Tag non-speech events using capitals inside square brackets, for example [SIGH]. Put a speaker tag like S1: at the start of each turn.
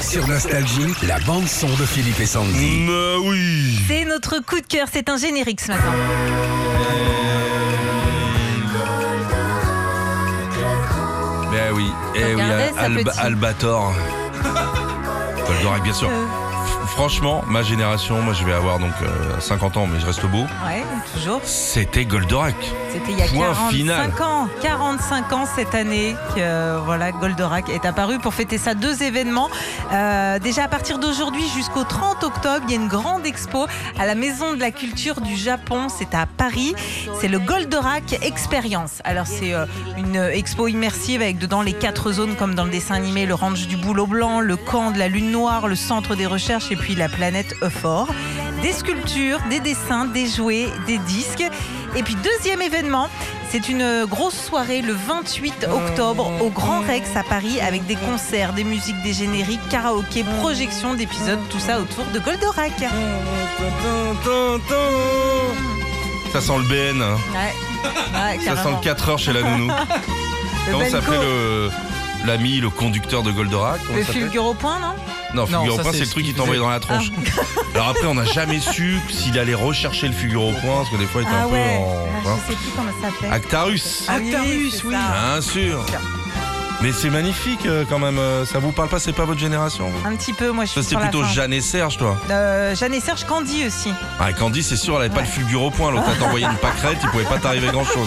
S1: Sur Nostalgie, la bande-son de Philippe et Sandy.
S2: Mais oui
S3: C'est notre coup de cœur, c'est un générique ce matin.
S2: Mais oui, eh oui,
S3: Regardez, ça
S2: Alba-
S3: peut-il.
S2: Albator. Paul Dvorak, bien sûr.
S3: Euh,
S2: Franchement, ma génération, moi je vais avoir donc euh, 50 ans, mais je reste beau.
S3: ouais, toujours.
S2: C'était Goldorak.
S3: C'était il y a
S2: Point
S3: 45
S2: final.
S3: ans, 45 ans cette année que euh, voilà Goldorak est apparu pour fêter ça. Deux événements. Euh, déjà à partir d'aujourd'hui jusqu'au 30 octobre, il y a une grande expo à la Maison de la Culture du Japon. C'est à Paris. C'est le Goldorak Experience. Alors c'est euh, une expo immersive avec dedans les quatre zones comme dans le dessin animé, le ranch du boulot blanc, le camp de la lune noire, le centre des recherches et puis la planète Euphore. Des sculptures, des dessins, des jouets, des disques. Et puis deuxième événement, c'est une grosse soirée le 28 octobre au Grand Rex à Paris avec des concerts, des musiques, des génériques, karaoké, projection d'épisodes, tout ça autour de Goldorak.
S2: Ça sent le BN, hein.
S3: Ouais. Ouais,
S2: ça sent
S3: carrément.
S2: le 4 heures chez la nounou.
S3: [LAUGHS] Le
S2: Comment
S3: Benko,
S2: s'appelait le l'ami, le conducteur de Goldorak Comment
S3: le
S2: ça s'appelait
S3: fulgure au point, non
S2: Non,
S4: Non,
S2: Fulgur au
S4: ça,
S2: point,
S4: c'est
S2: c'est le
S4: ce
S2: truc qui
S4: qu'il
S2: t'envoyait dans la tronche.
S3: Ah. [LAUGHS]
S2: Alors après, on n'a jamais su s'il allait rechercher le Fulgur au point, parce que des fois, il était
S3: Ah
S2: un
S3: ouais,
S2: peu
S3: Ah,
S2: en... hein.
S3: je sais Ah. plus comment ça s'appelle.
S2: Actarus
S3: Ah oui,
S4: Actarus,
S3: c'est
S4: oui.
S3: ça.
S2: Bien sûr Mais c'est magnifique euh, quand même, euh, ça vous parle pas, c'est pas votre génération. vous.
S3: Un petit peu, moi je
S2: Ça
S3: suis
S2: c'était
S3: sur la
S2: plutôt
S3: fin.
S2: Jeanne et Serge toi.
S3: Euh, Jeanne et Serge Candy aussi.
S2: Ah, Candy c'est sûr, elle avait pas
S3: Ouais.
S2: le fulgur au point, l'autre elle t'envoyait une pâquerette, il pouvait pas t'arriver grand chose.